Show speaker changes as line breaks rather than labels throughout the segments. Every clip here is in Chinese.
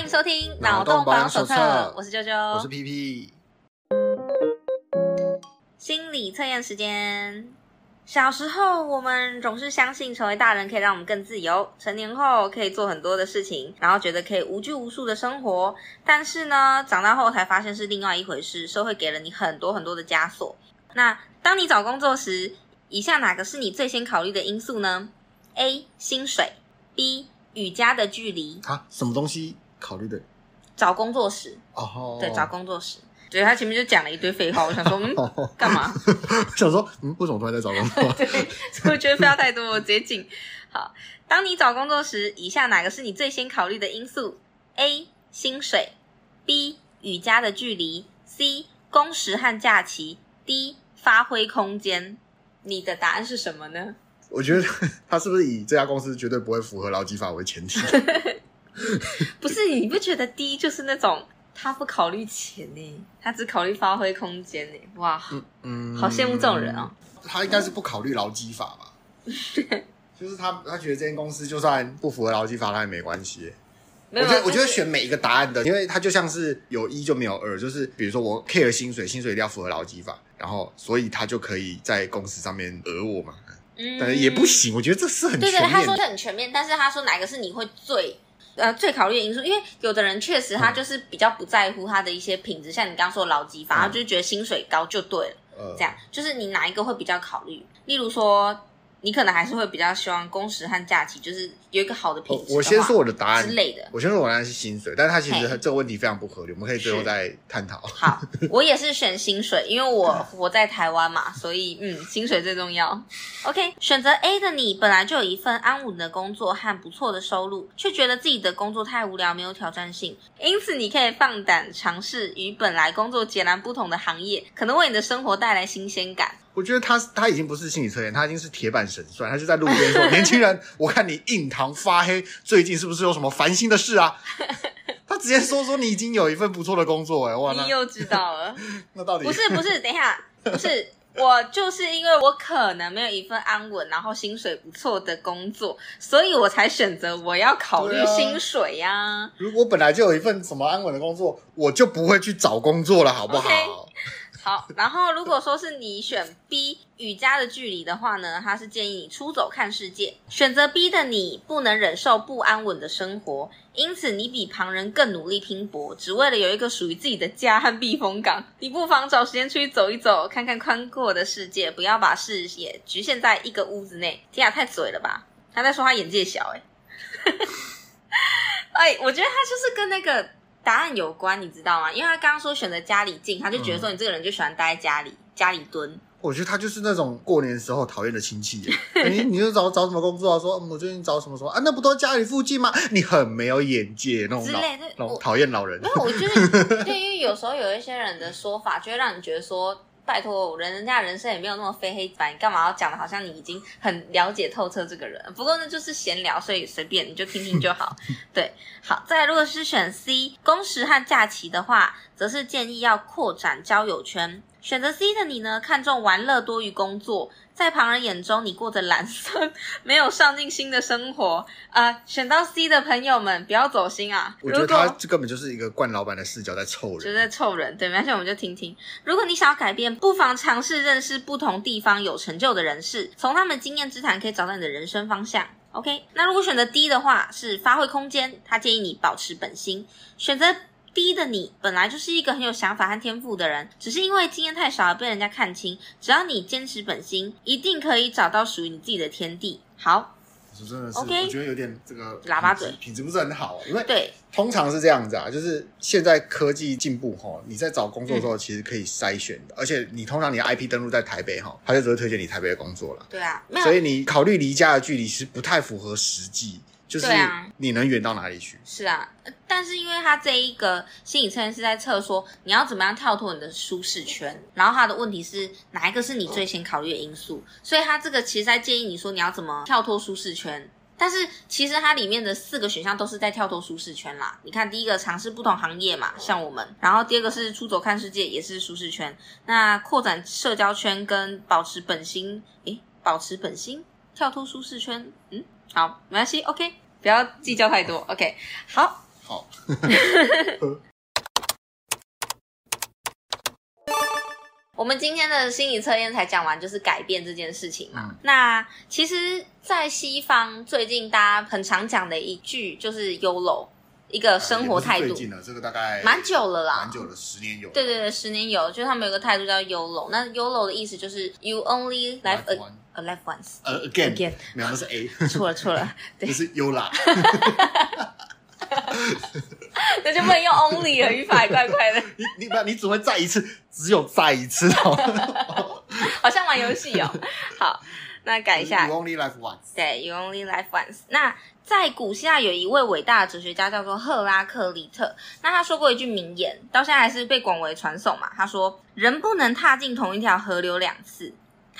迎收听《脑
脑
洞
洞保
榜
养
手
手
册
册》，
我是啾
我是
啾，
P P。
心理测验时间。小时候，我们总是相信成为大人可以让我们更自由，成年后可以做很多的事情，然后觉得可以无拘无束的生活。但是呢，长大后才发现是另外一回事，社会给了你很多很多的枷锁。那当你找工作时，以下哪个是你最先考虑的因素呢？A. 薪水 B. 与家的距离。
啊，什么东西考虑的？
找工作时，
哦，
对， 找工作时，对他前面就讲了一堆废话，我想说，嗯，干嘛？
想说，嗯，为什么突然在找工作？
对，所以我觉得不要太多，我直接进。好，当你找工作时，以下哪个是你最先考虑的因素？A. 薪水，B. 与家的距离，C. 工时和假期，D. 发挥空间。你的答案是什么呢？
我觉得他是不是以这家公司绝对不会符合劳基法为 前提？
不是，你不觉得 D 就是那种他不考虑钱呢，他只考虑发挥空间呢？哇，
嗯，
好羡慕这种人哦。。
他应该是不考虑劳基法 吧？就是他，他觉得这间公司就算不符合劳基法，他也没关系。
没
我
有，啊
觉得，我觉
就
得
是
选每一个答案的，因为它就像是有一就没有二，就是比如说我 care 薪水，薪水一定要符合劳基法，然后所以他就可以在公司上面讹我嘛，但
嗯
是呃也不行，我觉得这是很
对
全
对，他
面
说
的。
是很全面，但是他说哪个是你会最呃最考虑的因素？因为有的人确实
嗯
他就是比较不在乎他的一些品质，像你刚刚说劳基法，
嗯
他就是觉得薪水高就对了，
呃
这样就是你哪一个会比较考虑？例如说，你可能还是会比较希望工时和假期，就是有一个好的品
我
质的话
呃哦我先说我的答案
之，类的。
我先说我的答案是薪水，但是他其
嘿
实这个问题非常不合理，我们可以最后再探讨。
好， 我也是选薪水，因为我活在台湾嘛，所以嗯，薪水最重要。OK，选择 A 的你本来就有一份安稳的工作和不错的收入，却觉得自己的工作太无聊，没有挑战性，因此你可以放胆尝试与本来工作截然不同的行业，可能为你的生活带来新鲜感。
我觉得他他已经不是心理测验，他已经是铁板神算，他就在路边 说：“年轻人，我看你印堂发黑，最近是不是有什么烦心的事啊？”他直接说说你已经有一份不错的工作、哎，哇，那
你又知道 了。
那到底
不是不是，等一下，不是我，就是因为我可能没有一份安稳，然后薪水不错的工作，所以我才选择我要考虑
对啊
薪水呀、
如果本来就有一份什么安稳的工作，我就不会去找工作了，好不好
OK 好，然后如果说是你选 B 与家的距离的话呢，它是建议你出走看世界。选择 B 的你不能忍受不安稳的生活，因此你比旁人更努力拼搏，只为了有一个属于自己的家和避风港。你不妨找时间出去走一走，看看宽阔的世界，不要把视野局限在一个屋子内。天啊，太嘴了吧！他在说他眼界小、欸， 哎，哎，我觉得他就是跟那个答案有关，你知道吗？因为他刚刚说选择家里近，他就觉得说
嗯
你这个人就喜欢待在家里，家里蹲。
我觉得他就是那种过年时候讨厌的亲戚， 哎你你就找找什么工作啊？说、嗯、我最近找什么什么啊？那不都在家里附近吗？你很没有眼界，那种
之
老
类的
那
我
种讨厌老人
没。有，我就是 对，因为有时候有一些人的说法，就会让你觉得说，拜托，人人家人生也没有那么非黑即白，你干嘛要讲的好像你已经很了解透彻这个人？不过那就是闲聊，所以随便你就听听就好。 对，好，再来如果是选 C 工时和假期的话，则是建议要扩展交友圈。选择 C 的你呢，看重玩乐多于工作，在旁人眼中你过着懒散、没有上进心的生活。啊，选到 C 的朋友们不要走心啊！
我觉得
如果
他这根本就是一个惯老板的视角在凑
就
人。
在臭人，对，没关系，我们就听听。如果你想要改变，不妨尝试认识不同地方有成就的人士，从他们经验之谈可以找到你的人生方向。OK，那如果选择 D 的话，是发挥空间，他建议你保持本心。选择 D 的你本来就是一个很有想法和天赋的人，只是因为经验太少而被人家看清。只要你坚持本心，一定可以找到属于你自己的天地。好，
我真的是
OK
我觉得有点这个
喇叭嘴
品质不是很好、啊因为
对，
通常是这样子啊，就是现在科技进步哈，你在找工作的
嗯
时候其实可以筛选的，而且你通常你的 IP 登录在台北哈，他就只会推荐你台北的工作了。
对啊，没有
所以你考虑离家的距离是不太符合实际，就是
对啊
你能远到哪里去？
是啊，呃但是因为他这一个心理测验是在测说你要怎么样跳脱你的舒适圈，然后他的问题是哪一个是你最先考虑的因素，所以他这个其实在建议你说你要怎么跳脱舒适圈。但是其实它里面的四个选项都是在跳脱舒适圈啦。你看，第一个尝试不同行业嘛，像我们；然后第二个是出走看世界，也是舒适圈。那扩展社交圈跟保持本心，诶，保持本心，跳脱舒适圈，嗯，好，没关系，OK，不要计较太多，OK。好，
好，
我们今天的心理测验才讲完，就是改变这件事情嘛。
嗯
那其实，在西方最近大家很常讲的一句就是 “yolo”，一个生活态
啊也不
度
是最，近了，这个大概
蛮久了啦，
蛮久了，十年有了。
对对对，十年有，就是他们有个态度叫 “yolo”。那 “yolo” 的意思就是 “you only live a,
Life one
a life once”。
呃，again，,
Again
没有，那是 A，
错了错 了， 对
不，是 U 啦。
那就不能用 “only” 了，语法也怪怪的，
你你不，你只会再一次，只有再 一次哦。
好像玩游戏哦。好，那改一下
You only live once。
对，You only live once。那在古希腊有一位伟大的哲学家叫做赫拉克利特，那他说过一句名言，到现在还是被广为传颂嘛。他说：“人不能踏进同一条河流两次。”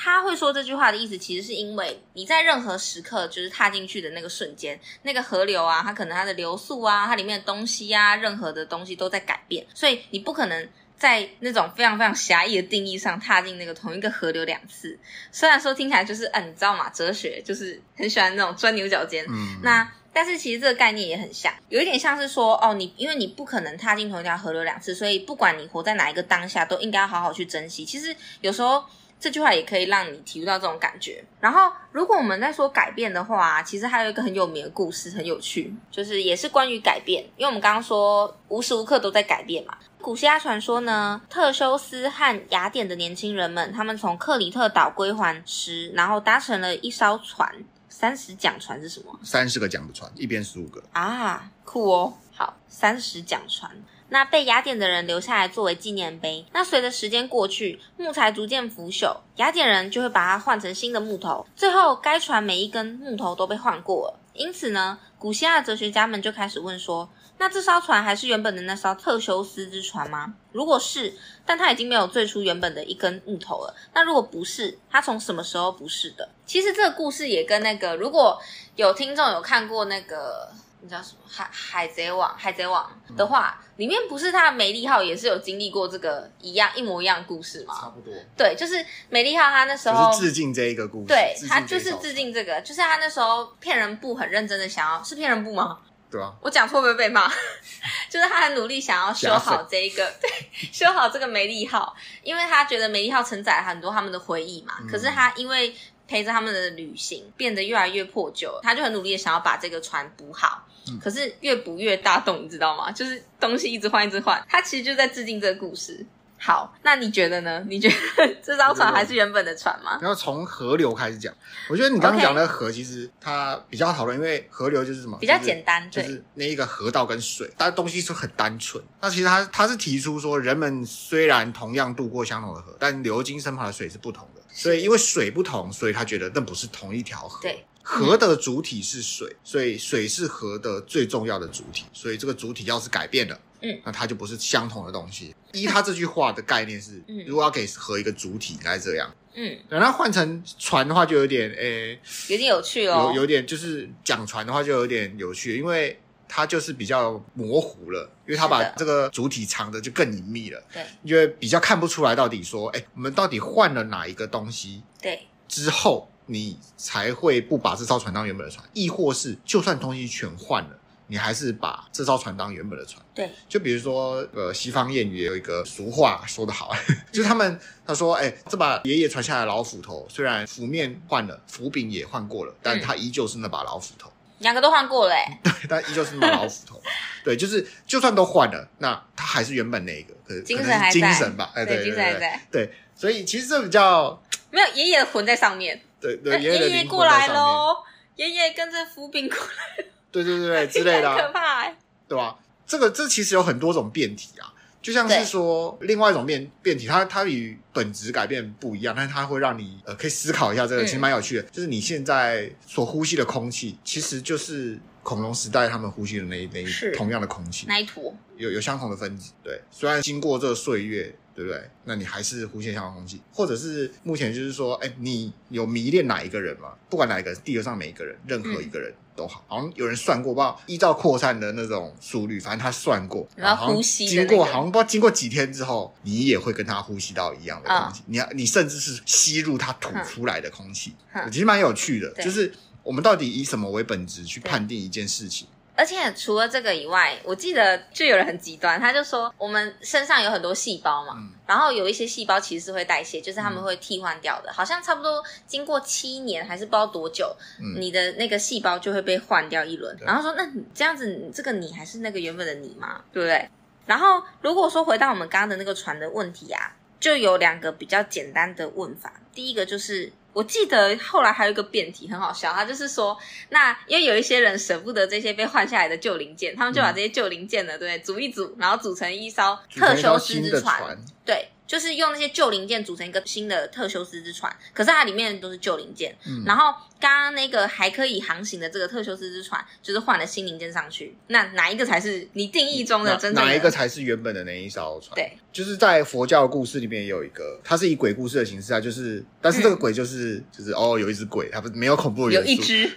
他会说这句话的意思，其实是因为你在任何时刻，就是踏进去的那个瞬间，那个河流啊，它可能它的流速啊，它里面的东西啊，任何的东西都在改变，所以你不可能在那种非常非常狭义的定义上踏进那个同一个河流两次。虽然说听起来就是，嗯、你知道吗？哲学就是很喜欢那种钻牛角尖。
嗯，
那但是其实这个概念也很像，有一点像是说，哦，你因为你不可能踏进同一条河流两次，所以不管你活在哪一个当下，都应该好好去珍惜。其实有时候。这句话也可以让你体悟到这种感觉。然后，如果我们在说改变的话，其实还有一个很有名的故事，很有趣，就是也是关于改变，因为我们刚刚说无时无刻都在改变嘛。古希腊传说呢，特修斯和雅典的年轻人们，他们从克里特岛归还时，然后搭乘了一艘船，三十桨船是什么？
三十个讲不穿，一边十五个。
啊，酷哦！好，三十桨船。那被雅典的人留下来作为纪念碑。那随着时间过去，木材逐渐腐朽，雅典人就会把它换成新的木头。最后，该船每一根木头都被换过了。因此呢，古希腊哲学家们就开始问说：那这艘船还是原本的那艘特修斯之船吗？如果是，但它已经没有最初原本的一根木头了。那如果不是，它从什么时候不是的？其实这个故事也跟那个，如果有听众有看过那个，你知道什么海海贼王？海贼王的话，里面不是他的美丽号也是有经历过这个一样一模一样的故事吗？
不多，
对，就是美丽号，他那时候
就是致敬这一个故事。
对
致敬
他
这
就
一
是
条
致敬这个，就是他那时候骗人部很认真的想要是骗人部吗？
对啊，
我讲错会不会被骂？ 就是他很努力想要修好这一个， 对，修好这个梅利号，因为他觉得梅利号承载了很多他们的回忆嘛。
嗯
可是他因为陪着他们的旅行，变得越来越破旧，他就很努力的想要把这个船补好。
嗯
可是越补越大洞，你知道吗？就是东西一直换，一直换。他其实就在致敬这个故事。好，那你觉得呢？你觉得这艘船还是原本的船吗？
然后从河流开始讲。我觉得你刚刚
OK
讲的河，其实它比较好讨论，因为河流就是什么
比较
就是
简单，
就
对，
是那一个河道跟水，但东西是很单纯。那其实他他是提出说，人们虽然同样渡过相同的河，但流经身旁的水是不同的。所以因为水不同，所以他觉得那不是同一条河。
对，
河的主体是水，所以水是河的最重要的主体。所以这个主体要是改变了，
嗯，
那它就不是相同的东西。依他这句话的概念是，
嗯
如果要给河一个主体，应该这样。
嗯，
然后换成船的话，就有点诶。
有点有趣哦
有。有点就是讲船的话就有点有趣，因为它就是比较模糊了，因为它把
是的
这个主体藏的就更隐秘了，
对
因为比较看不出来到底说，哎，我们到底换了哪一个东西
对，
之后，你才会不把这艘船当原本的船，亦或是就算东西全换了。你还是把这艘船当原本的船，
对，
就比如说，呃，西方谚语有一个俗话说得好， 就是他们他说，哎、这把爷爷传下来的老斧头，虽然斧面换了，斧柄也换过了，
嗯
但它依旧是那把老斧头。
两个都换过了欸，
但依旧是那老斧头。 对，就是就算都换了，那他还是原本那一个，可
精
可
神
能
还
是精
在
神吧，哎，对
精
对
神还
对
在。
对，对所以其实这比较
没有爷爷的魂在上面，
对
呃
对爷
爷
的
爷
灵魂
过来
在上面，
喽，爷爷跟着斧柄过来，
对对对对之类的
很可
啊，
怕欸。
对吧？这个这其实有很多种变体啊，就像
对
是说另外一种变变体，它它与本质改变不一样，但是它会让你呃可以思考一下这个，
嗯
其实蛮有趣的。就是你现在所呼吸的空气，其实就是恐龙时代他们呼吸的那一那
是
一同样的空气。
那一坨，
有有相同的分子，对，虽然经过这个岁月，对不对？那你还是呼吸相同空气，或者是目前就是说，哎，你有迷恋哪一个人吗？不管哪一个，地球上每一个人，任何一
嗯
个人都好，好像有人算过，不知道依照扩散的那种速率，反正他算过，
然后
好像
呼吸的
经
那
过
个
好像不知道经过几天之后，你也会跟他呼吸到一样的空
啊
气，你要你甚至是吸入他吐出来的空气，
哼
其实蛮有趣的，
嗯对
就是我们到底以什么为本质去
对
判定一件事情？
而且除了这个以外，我记得就有人很极端，他就说我们身上有很多细胞嘛，
嗯
然后有一些细胞其实是会代谢，就是他们会替换掉的，好像差不多经过七年还是不知道多久，
嗯
你的那个细胞就会被换掉一轮。
对
然后说，那你这样子，你这个你还是那个原本的你吗？对不对？然后如果说回到我们刚刚的那个船的问题啊，就有两个比较简单的问法。第一个就是，我记得后来还有一个辩题很好笑，他就是说，那因为有一些人舍不得这些被换下来的旧零件，他们就把这些旧零件呢，对不对，组一组，然后组成一艘
组
特
成一
修
艘
斯
新
之
的
船。，对，就是用那些旧零件组成一个新的特修斯之船，可是它里面都是旧零件。
嗯
然后刚刚那个还可以航行的这个特修斯之船，就是换了新零件上去。那哪一个才是你定义中的
哪
真正的
哪一个才是原本的那一艘船？
对，
就是在佛教的故事里面也有一个，它是以鬼故事的形式啊，就是但是这个鬼就是、就是哦，有一只鬼，它不没有恐怖的元
嗯有
素，
一只，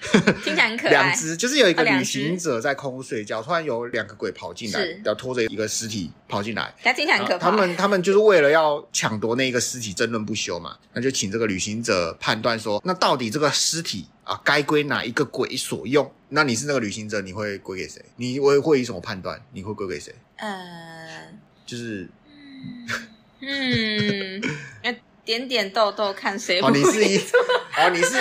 听起来很可
两
爱。
只，就是有一个
哦两
旅
只
行者在空中睡觉，突然有两个鬼跑进来
是，
要拖着一个尸体跑进来。
它听起来很可
然后
怕。
他们他们就是为了要抢夺那个尸体，争论不休嘛。那就请这个旅行者判断说，那到底这个尸体啊，该归哪一个鬼所用？那你是那个旅行者，你会归给谁？你会会以什么判断？你会归给谁？
呃，
就是
嗯，要点点豆豆看谁
哦，
不
你是
会
以哦，你是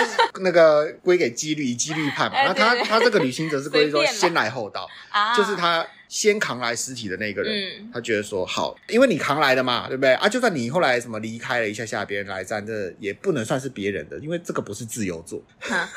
那个归给几率，以几率判嘛。
哎
那他
对对
他这个旅行者是归
随
说
便啦
先来后到，
啊，
就是他先扛来尸体的那个人。
嗯，
他觉得说好，因为你扛来的嘛，对不对啊？就算你后来什么离开了一下下，别人来站，这也不能算是别人的，因为这个不是自由座，
哈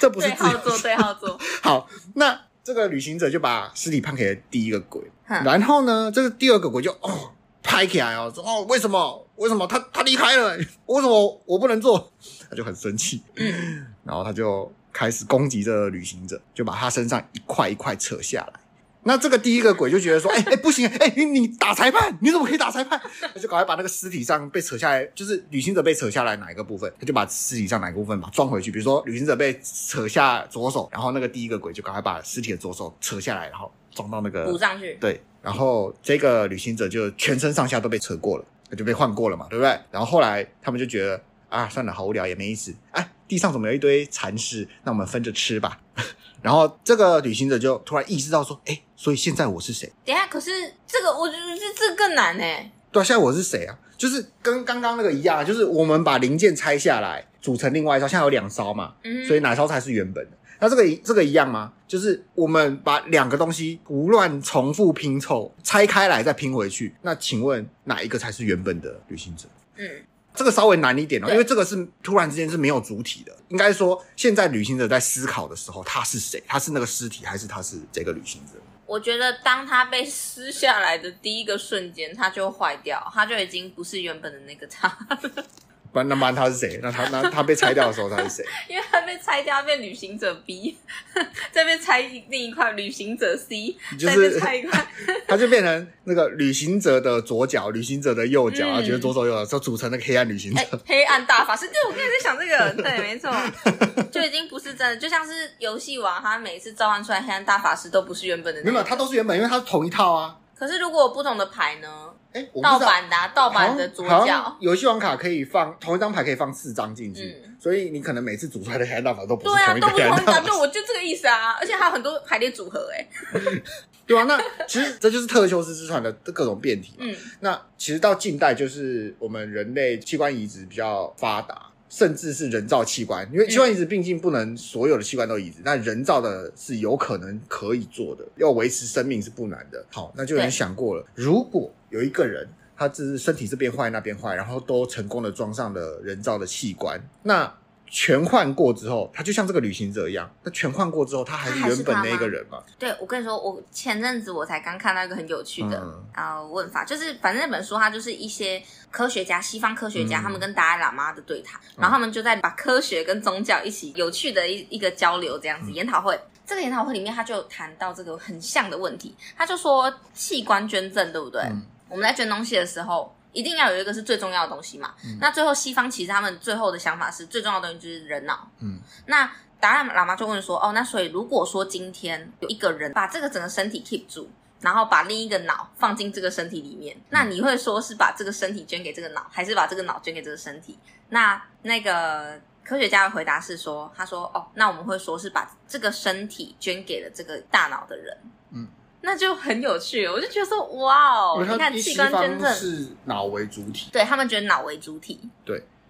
这不是
对
自
号
由
做对号做，
好，那这个旅行者就把尸体判给了第一个鬼，
哼
然后呢，这个第二个鬼就哦拍起来哦，说哦为什么为什么他他离开了，为什么我不能做？他就很生气，
嗯
然后他就开始攻击这个旅行者，就把他身上一块一块扯下来。那这个第一个鬼就觉得说，哎、哎、不行，哎、你你打裁判，你怎么可以打裁判？他就赶快把那个尸体上被扯下来，就是旅行者被扯下来哪一个部分，他就把尸体上哪一个部分把它装回去。比如说旅行者被扯下左手，然后那个第一个鬼就赶快把尸体的左手扯下来，然后装到那个
补上去，
对，然后这个旅行者就全身上下都被扯过了，就被换过了嘛，对不对？然后后来他们就觉得啊，算了，好无聊，也没意思。哎，地上怎么有一堆蚕丝？那我们分着吃吧。 然后这个旅行者就突然意识到说，哎，所以现在我是谁？
等一下，可是这个我觉得这这更难呢、
对啊，现在我是谁啊？就是跟刚刚那个一样，啊就是我们把零件拆下来，组成另外一艘，现在有两艘嘛，
嗯，
所以哪艘才是原本的？那这个一这个一样吗？就是我们把两个东西胡乱重复拼凑，拆开来再拼回去。那请问哪一个才是原本的旅行者？
嗯
这个稍微难一点哦，
对
因为这个是突然之间是没有主体的。应该说，现在旅行者在思考的时候，他是谁？他是那个尸体，还是他是这个旅行者？，
我觉得当它被撕下来的第一个瞬间，它就坏掉，它就已经不是原本的那个它，
不然那不然他是谁？那他那他被拆掉的时候他是谁？
因为它被拆掉，它被旅行者 B，再 被拆另一块旅行者 C，
就
再被
是
拆一块，
他就变成那个旅行者的左脚，旅行者的右脚，
嗯
啊然后觉得左手右脚，就组成那个黑暗旅行者。
哎，黑暗大法师，对，我刚才在想这个，对，没错，就已经不是真的，就像是游戏王，它每次召唤出来黑暗大法师都不是原本的
没
那
有，
个，
他都是原本，因为他是同一套啊。
可是如果有不同的牌呢？
哎、我不
盗
知道。
版的、啊，盗版的左
好像
脚，
游戏王卡可以放同一张牌可以放四张进去，
嗯
所以你可能每次组出来的黑暗大法都不
对
是
啊，
同一个
都不
黑
同
暗
一
大
张，
法，
对，我就这个意思啊，而且还有很多排列组合、哎，
对啊，那其实这就是特修斯之船的各种变体嘛。
嗯。
那其实到近代就是我们人类器官移植比较发达，甚至是人造器官，因为器官移
嗯
植毕竟不能所有的器官都移植，那人造的是有可能可以做的，要维持生命是不难的。好，那就有
对
人想过了，如果有一个人。他只是身体这边坏那边坏，然后都成功的装上了人造的器官。那全换过之后，他就像这个旅行者一样，那全换过之后，他还是
他还是
原本
他吗
那个人嘛？
对，我跟你说，我前阵子我才刚看到一个很有趣的
嗯
啊、呃问法，就是反正那本书它就是一些科学家，西方科学家、
嗯
他们跟达赖喇嘛的对谈，然后他们就在把科学跟宗教一起有趣的一一个交流这样子、
嗯
研讨会。这个研讨会里面，他就谈到这个很像的问题，他就说器官捐赠，对不对？
嗯
我们在捐东西的时候，一定要有一个是最重要的东西嘛。
嗯
那最后西方其实他们最后的想法是，最重要的东西就是人脑。
嗯，
那达赖喇嘛就问说：“哦，那所以如果说今天有一个人把这个整个身体 keep 住，然后把另一个脑放进这个身体里面，那你会说是把这个身体捐给这个脑，还是把这个脑捐给这个身体？”那那个科学家的回答是说，他说哦，那我们会说是把这个身体捐给了这个大脑的人，
嗯，
那就很有趣，我就觉得说哇哦，你
因为它
看
一
器
西
官捐
方
赠，
是脑为主体，
对他们觉得脑为主体，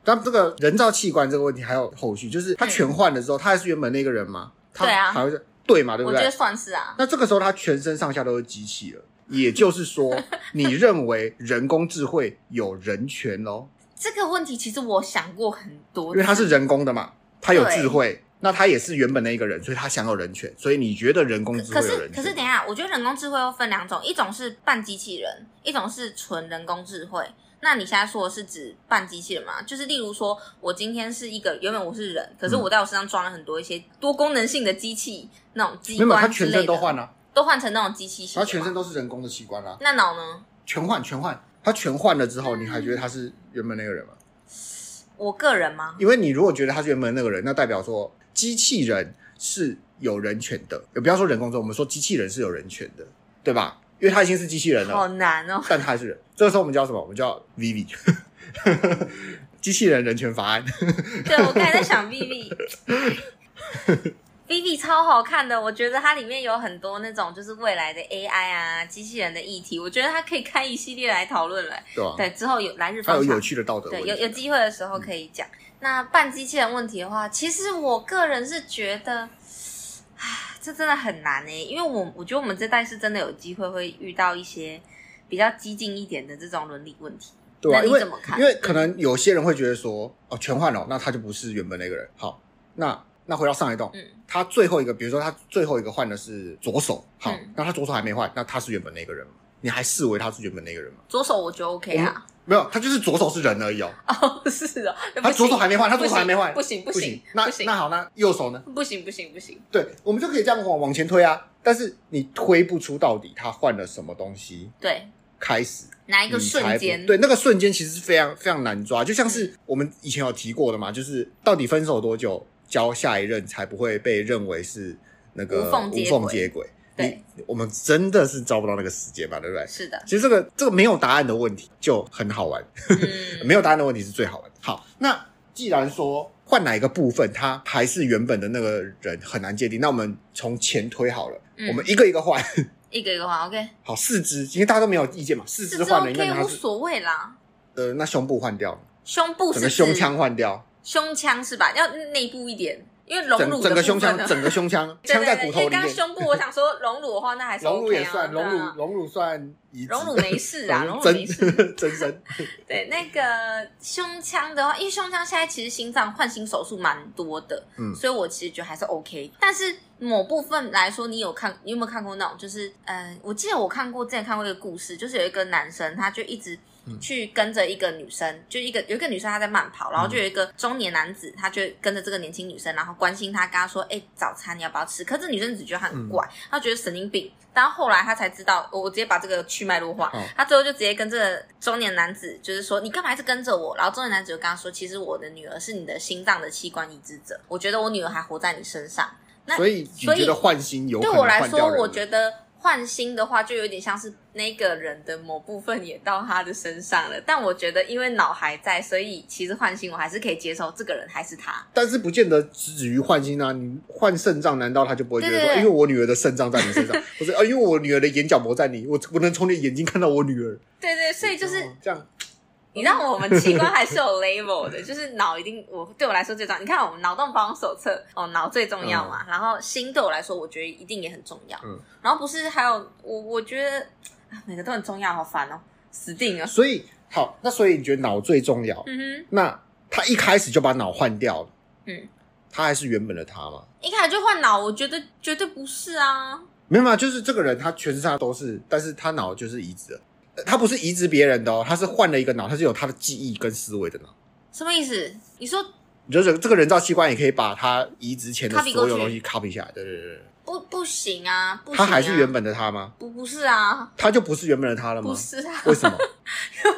但这个人造器官这个问题还有后续，就是他全换了之后，他还是原本那个人吗？他
嗯对啊
还会是对嘛？对不
我觉得
对？
算是啊，
那这个时候他全身上下都是机器了，也就是 说，你认为人工智慧有人权喽？
这个问题其实我想过很多
因
次，
为他是人工的嘛，他有
对
智慧，那他也是原本那一个人，所以他享有人权。所以你觉得人工智
可
慧有
是
人
可是等
权？
一下，我觉得人工智慧又分两种，一种是半机器人，一种是纯人工智慧。那你现在说的是指半机器人吗？就是例如说，我今天是一个原本我是人，
嗯
可是我在我身上装了很多一些多功能性的机器，那种机
没有，他
关之
全
类的，
身都换了、啊，
都换成那种机器型
他
的
全
嘛
身都是人工的器官啦、啊
那脑呢？
全换全换，他全换了之后，
嗯
你还觉得他是原本那个人吗？
我个人吗？
因为你如果觉得他是原本那个人，那代表说机器人是有人权的，也不要说人工智能，我们说机器人是有人权的，对吧？因为他已经是机器人
好
了，
难哦。
但他还是人。这个时候我们叫什么？我们叫 Vivi，机器人人权法案。
对，我刚才在想 Vivi。Vivi 超好看的，我觉得它里面有很多那种就是未来的 AI 啊、机器人的议题，我觉得它可以开一系列来讨论了。
对吧、
对，之后有来日
他
方
有有
长，
趣的道德
对，
问
有有
题。嗯
机会的时候可以讲。那半机器人问题的话，其实我个人是觉得，唉，这真的很难呢、欸因为我我觉得我们这代是真的有机会会遇到一些比较激进一点的这种伦理问题。
对吧、
那
因
你
为
怎么看
因为可能有些人会觉得说，哦，全换了，那他就不是原本那个人。好，那那回到上一栋，
嗯
他最后一个，比如说他最后一个换的是左手，好，
嗯
那他左手还没换，那他是原本那个人吗？你还视为他是原本那个人吗？
左手我觉得 OK 啊，
没有，他就是左手是人而已哦，
哦是哦，
他左手还没换，他
不
左
行
手还没换，
不行不
不
行
那
不行
那好，那右手呢？
不行不行不行，
对，我们就可以这样往往前推啊，但是你推不出到底他换了什么东西
对，
开始，
哪一个
你嗯才
瞬
不
间？嗯
对，那个瞬间其实是非常非常难抓，就像是我们以前有提过的嘛，就是到底分手多久交下一任才不会被认为是那个
无缝接轨
缝接轨？
对
你，我们真的是招不到那个时间嘛，对不对？，
是的
其实这个这个没有答案的问题就很好玩，
嗯，
没有答案的问题是最好玩的。好，那既然说换哪一个部分，它还是原本的那个人很难界定，那我们从前推好了，
嗯
我们一个一个换。
一个一个换，OK，
好，四肢，因为大家都没有意见嘛，四肢
四肢
换了，应该
OK
它
无
是
所谓啦，
呃，那胸部换掉，
胸部
整
是
个胸
指
腔换掉，
胸腔是吧？要内部一点，因为隆乳的
整整个
部
胸
分
腔，
呢
整个胸腔，
对
腔
对
在
对
骨
因
头
为
里
刚刚
面，
胸部，我想说隆乳的话，那还是
隆
OK 啊，
乳也算，
对
隆
啊
乳隆乳算移植，
隆乳没事 啊，
隆
隆
乳
乳没事。
增增 生，
对，那个胸腔的话，因为胸腔现在其实心脏换心手术蛮多的，
嗯
所以我其实觉得还是 OK。但是某部分来说，你有看，你有没有看过那种？就是，呃，我记得我看过，之前看过一个故事，就是有一个男生，他就一直
嗯
去跟着一个女生，就一个有一个女生她在慢跑，然后就有一个中年男子，他就跟着这个年轻女生，然后关心她，跟她说：“哎、早餐你要不要吃？”可是这女生只觉得她
嗯
很怪，她觉得神经病。但后来她才知道，我我直接把这个去脉弱化
好，
她最后就直接跟这个中年男子就是说：“你干嘛一直跟着我？”然后中年男子就跟她说：“其实我的女儿是你的心脏的器官移植者，我觉得我女儿还活在你身上。”那
所以你
所以
觉得换心有可
对
能
我来
换
说
掉，人
我
吗
觉得换心的话，就有点像是那个人的某部分也到他的身上了。但我觉得，因为脑还在，所以其实换心我还是可以接受，这个人还是他。
但是不见得只止于换心啊，你换肾脏难道他就不会觉得说，
对对对
因为我女儿的肾脏在你身上，不是啊？因为我女儿的眼角膜在你，我我能从你眼睛看到我女儿，
对对，所以 就是
哦这样，
你让我们器官还是有 level 的，就是脑一定我对我来说最重要。你看我们脑动保养手册，哦，脑最重要嘛。然后心对我来说，我觉得一定也很重要。
嗯
然后不是还有我，我觉得啊每个都很重要，好烦哦，死定了。
所以好，那所以你觉得脑最重要？
嗯哼。
那他一开始就把脑换掉了，
嗯，
他还是原本的他吗？
一开始就换脑，我觉得绝对不是啊。
没有嘛，就是这个人他全身上下都是，但是他脑就是移植的，呃他不是移植别人的哦，他是换了一个脑，他是有他的记忆跟思维的脑。
什么意思？你说
你觉得人这个人造器官也可以把他移植前的
Copy
所有
过去
东西 copy 下来，对对对对，
不不行啊？不行、
他
啊，
还是原本的他吗？
不不是啊，
他就不是原本的他了吗
不？是啊，
为什么？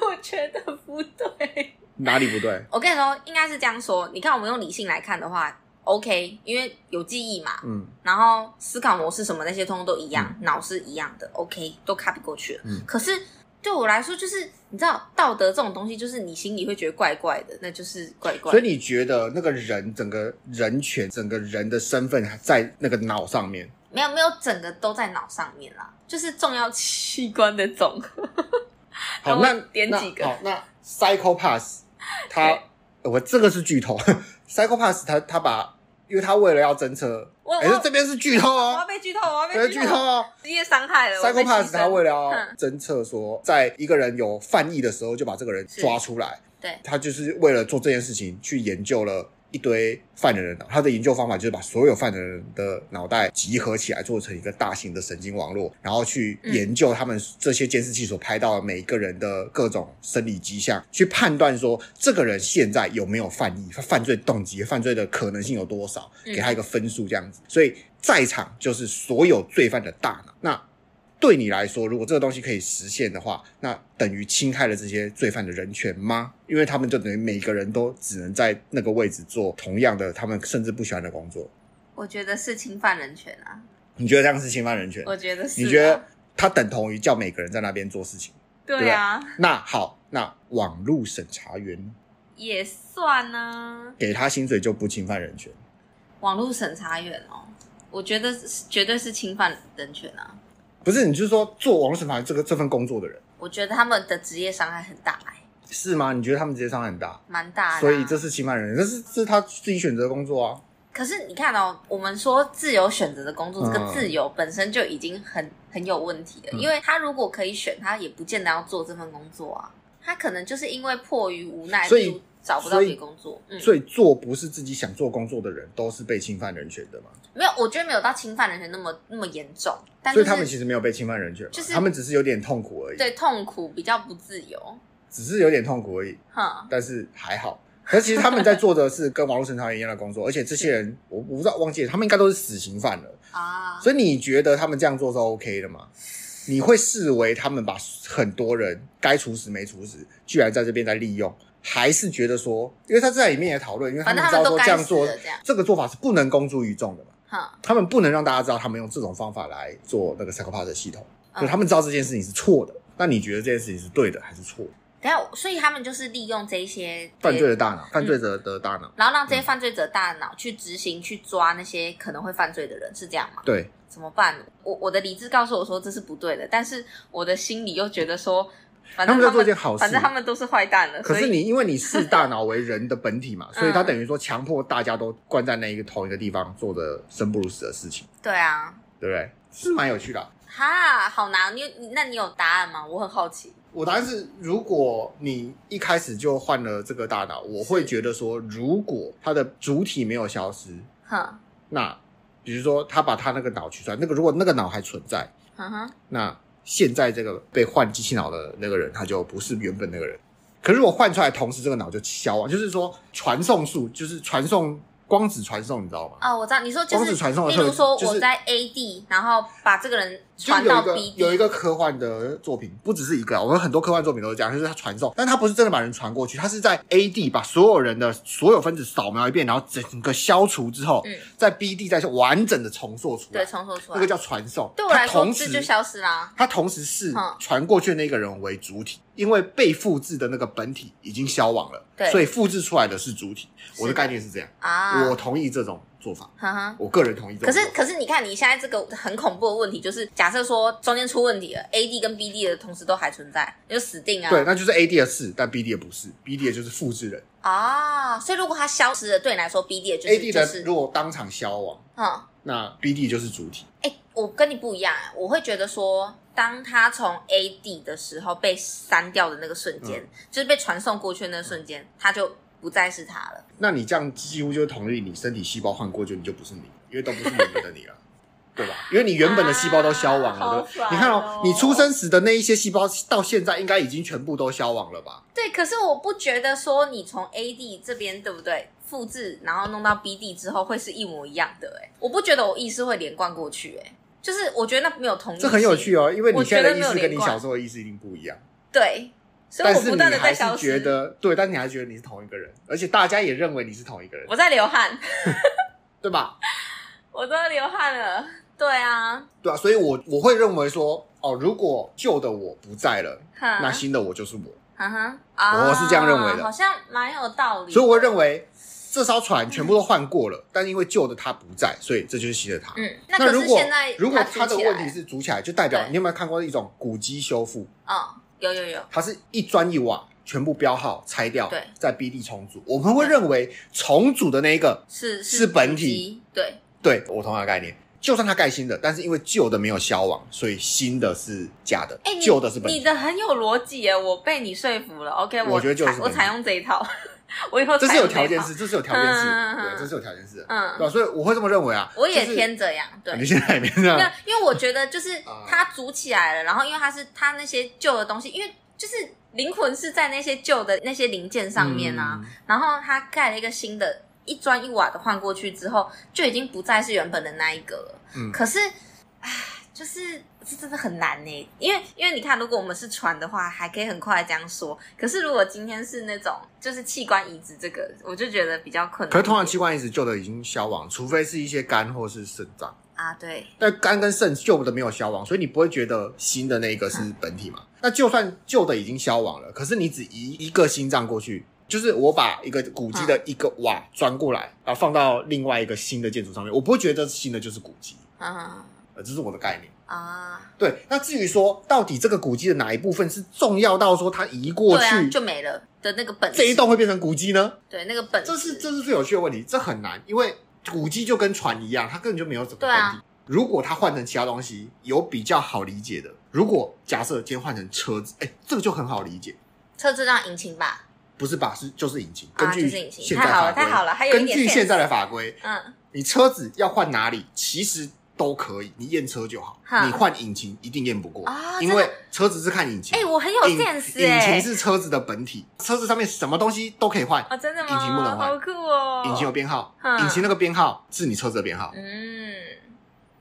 我觉得不对。
哪里不对？
我跟你说，应该是这样说。你看，我们用理性来看的话，OK，因为有记忆嘛，
嗯，
然后思考模式什么那些通通都一样，脑是一样的，OK，都 copy 过去了。
嗯
可是对我来说，就是你知道道德这种东西，就是你心里会觉得怪怪的，那就是怪怪
所
的。
以你觉得那个人整个人权、整个人的身份还在那个脑上面？
没有没有，整个都在脑上面啦，就是重要器官的总和。
好，
我
那
点
那
几个
好，那 psychopath 他
对，
我这个是剧透 ，psychopath 他他把，因为他为了要侦测，
我
哎、
我
这边是剧透
我
哦
要，被剧透，我要
这
被
边
剧
剧透
透，
哦。
职业伤害了。我被
psychopath
牺牲
他为了要
嗯
侦测说，在一个人有犯意的时候，就把这个人抓出来。
对
他就是为了做这件事情去研究了一堆犯人的脑。他的研究方法就是把所有犯人的脑袋集合起来，做成一个大型的神经网络，然后去研究他们这些监视器所拍到的每一个人的各种生理迹象，去判断说这个人现在有没有犯意，他犯罪动机、犯罪的可能性有多少，
嗯
给他一个分数这样子。所以在场就是所有罪犯的大脑。那对你来说，如果这个东西可以实现的话，那等于侵害了这些罪犯的人权吗？因为他们就等于每个人都只能在那个位置做同样的他们甚至不喜欢的工作。
我觉得是侵犯人权啊，
你觉得这样是侵犯人权？
我觉得是啊。
你觉得它等同于叫每个人在那边做事情？
对啊，
那好，那网络审查员呢
也算啊呢、
给他薪水就不侵犯人权？
网络审查员哦，我觉得是绝对是侵犯人权啊。
不是，你就是说做网络审查这个这份工作的人
我觉得他们的职业伤害很大、欸，
是吗？你觉得他们职业伤害很大，
蛮大的啊、
所以这是侵犯人权，这是这是他自己选择的工作啊。
可是你看哦，我们说自由选择的工作，
嗯
这个自由本身就已经很很有问题了，
嗯
因为他如果可以选，他也不见得要做这份工作啊。他可能就是因为迫于无奈，
所以
例如找不到
所以
自己工作，嗯，
所以做不是自己想做工作的人，都是被侵犯人权的嘛。
没有，我觉得没有到侵犯人权那么那么严重，但
所
就
以他们
是
其实没有被侵犯人权嘛，
就是
他们只是有点痛苦而已，
对痛苦比较不自由，
只是有点痛苦而已，
哼，
但是还好。可是其实他们在做的是跟网络审查员一样的工作，而且这些人我我不知道忘记了，他们应该都是死刑犯了。
啊，
所以你觉得他们这样做是 OK 的吗？你会视为他们把很多人该处死没处死，居然在这边在利用，还是觉得说，因为他在里面也讨论，因为他
反正
们
他
知
们
道
都
说
该
这样
死
做
了这样
这个做法是不能公诸于众的嘛。
哼，
他们不能让大家知道他们用这种方法来做那个 psychopath 的系统，
嗯
就他们知道这件事情是错的。那你觉得这件事情是对的还是错的？
等一下，所以他们就是利用这一些
犯罪的嗯大
嗯
脑，犯罪者的大脑，
然后让这些犯罪者大脑去执行、去抓那些可能会犯罪的人，是这样吗？
对，
怎么办？我我的理智告诉我说这是不对的，但是我的心里又觉得说，反正
他们在做一件好事
反正他们都是坏蛋了。
可是
所以嗯
你因为你视大脑为人的本 体嘛，所以他等于说强迫大家都关在那一个同一个地方做的生不如死的事情，
对啊，
对不对？是蛮有趣的啊、
哈，好难。你你那你有答案吗？我很好奇。
我答案是，如果你一开始就换了这个大脑，我会觉得说，如果它的主体没有消失，
哼
那比如说他把他那个脑取出来，那个如果那个脑还存在，
哼嗯哼，
那现在这个被换机器脑的那个人，他就不是原本那个人。可是我换出来，同时这个脑就消亡，就是说传送数，就是传送光子传送，你知道吗？
哦，我知道，你说就
光
是，
子传送的
例
特
如说
就是
我在 A 地，然后把这个人
就
传
有
到
一个
B 地，
有一个科幻的作品，不只是一个啊，我们很多科幻作品都是这样，就是它传送，但它不是真的把人传过去，它是在 A 地把所有人的所有分子扫描一遍，然后整个消除之后，
嗯
在 B 地再完整的重塑出来，
对，重说出
那个
来。
叫传送。
对我来
它
说，
同
这
时
就消失啦。
它同时是
嗯
传过去的那个人为主体，因为被复制的那个本体已经消亡了，
对
所以复制出来的是主体。
是的
我的概念是这样，
啊，
我同意这种做法，
哼哼。
我个人同意这
可
种做
是
法。，
可是你看，你现在这个很恐怖的问题，就是假设说中间出问题了，A D 跟 B D 的同时都还存在，你就死定啊！
对，那就是 A D 的是，但 B D 的不是，B D 的就是复制人
啊，所以如果它消失了，对你来说 B D 的就是
，A D
就
的
是
如果当场消亡，
嗯，
那 B D 就是主体。
哎、我跟你不一样、啊我会觉得说，当他从 A D 的时候被删掉的那个瞬间，
嗯
就是被传送过去的那个瞬间，他就不再是他了。
那你这样几乎就同意你身体细胞换过去，你就不是你，因为都不是原本的你了。 对吧？因为你原本的细胞都消亡
啊
了，对
好烦哦
吧你看哦，你出生时的那一些细胞到现在应该已经全部都消亡了吧？
对，可是我不觉得说你从 A D 这边对不对复制，然后弄到 B D 之后会是一模一样的、欸，我不觉得我意识会连贯过去、欸，就是我觉得那没有同一，
这很有趣哦，因为你
我
现
觉
在
得
的
没
意
有
识跟你
连贯
小时候的意识一定不一样，
对，所以
但
我
是
不
你
断的在
还是
消
觉
失，
得对，但你还觉得你是同一个人，而且大家也认为你是同一个人，
我在流汗，
对吧？
我都要流汗了，对啊，
对啊，所以我我会认为说，哦，如果旧的我不在了，
哼
那新的我就是我，
嗯哼，啊
我是这样认为的
好像蛮有道理。
所以我会认为这艘船全部都换过了，但因为旧的它不在，所以这就是新的它。
嗯，
那
可
如
是
果
现在
如果
它
它的
组起来
问题，是煮起来，就代表
对
你有没有看过一种古迹修复？
嗯，有有有，
它是一砖一瓦全部标号拆掉
对，
再比例重组。我们会认为重组的那一个
是
是本
古
体
籍，对，
对我同样的概念，就算它盖新的，但是因为旧的没有消亡，所以新的是假的
哎，，你
旧的是本
你
体。
的很有逻辑耶，我被你说服了。OK，
我觉得就是
采我
本体
采用这一套， 我以后
这
采
是有
用
条
一
件
套
式，这是有条件式，
嗯嗯嗯嗯
对，这是有条件式的，对
嗯，
吧？所以我会这么认为啊。
我也
就是
偏这样，对
你。现在也啊变这
那
样，
因为我觉得就是
啊
它组起来了，然后因为它是它那些旧的东西，因为就是灵魂是在那些旧 的那些零件上面啊，
嗯
然后它盖了一个新的，一砖一瓦的换过去之后，就已经不再是原本的那一个了。
嗯
可是，唉，就是这真的很难呢，因为因为你看，如果我们是船的话，还可以很快这样说。可是如果今天是那种就是器官移植这个，我就觉得比较困难一点。
可是通常器官移植旧的已经消亡，除非是一些肝或是肾脏。
啊，对，
但肝跟肾旧的没有消亡，所以你不会觉得新的那一个是
嗯
本体嘛？那就算旧的已经消亡了，可是你只移一个心脏过去，就是我把一个古迹
嗯
的一个瓦钻过来，然后放到另外一个新的建筑上面，我不会觉得新的就是古迹，
嗯
呃，这是我的概念。
啊，
对，那至于说到底这个古迹的哪一部分是重要到说它移过
对啊，
去，
就没了的那个本质
这一栋会变成古迹呢？
对那个本质
这是这是最有趣的问题，这很难，因为古迹就跟船一样，它根本就没有怎么
对
本
啊
体。如果它换成其他东西，有比较好理解的。如果假设今天换成车子，哎，这个就很好理解，
车子上引擎吧，
不是吧？是就是引擎，根
啊，就是
据
引
现
擎，
在
太好
法
了，
规，
太好了，还有一
根
点
据
sense
现在的法规，
嗯
你车子要换哪里，其实都可以，你验车就好。
哈
你换引擎一定验不过
啊，
因
真的
为车子是看引擎
哎、，我很有
引
sense
引
哎、
擎是车子的本体，车子上面什么东西都可以换，
啊，真的吗？
引擎不能换
好酷哦！
引擎有编号，
嗯
引擎那个编号是你车子的编号，
嗯，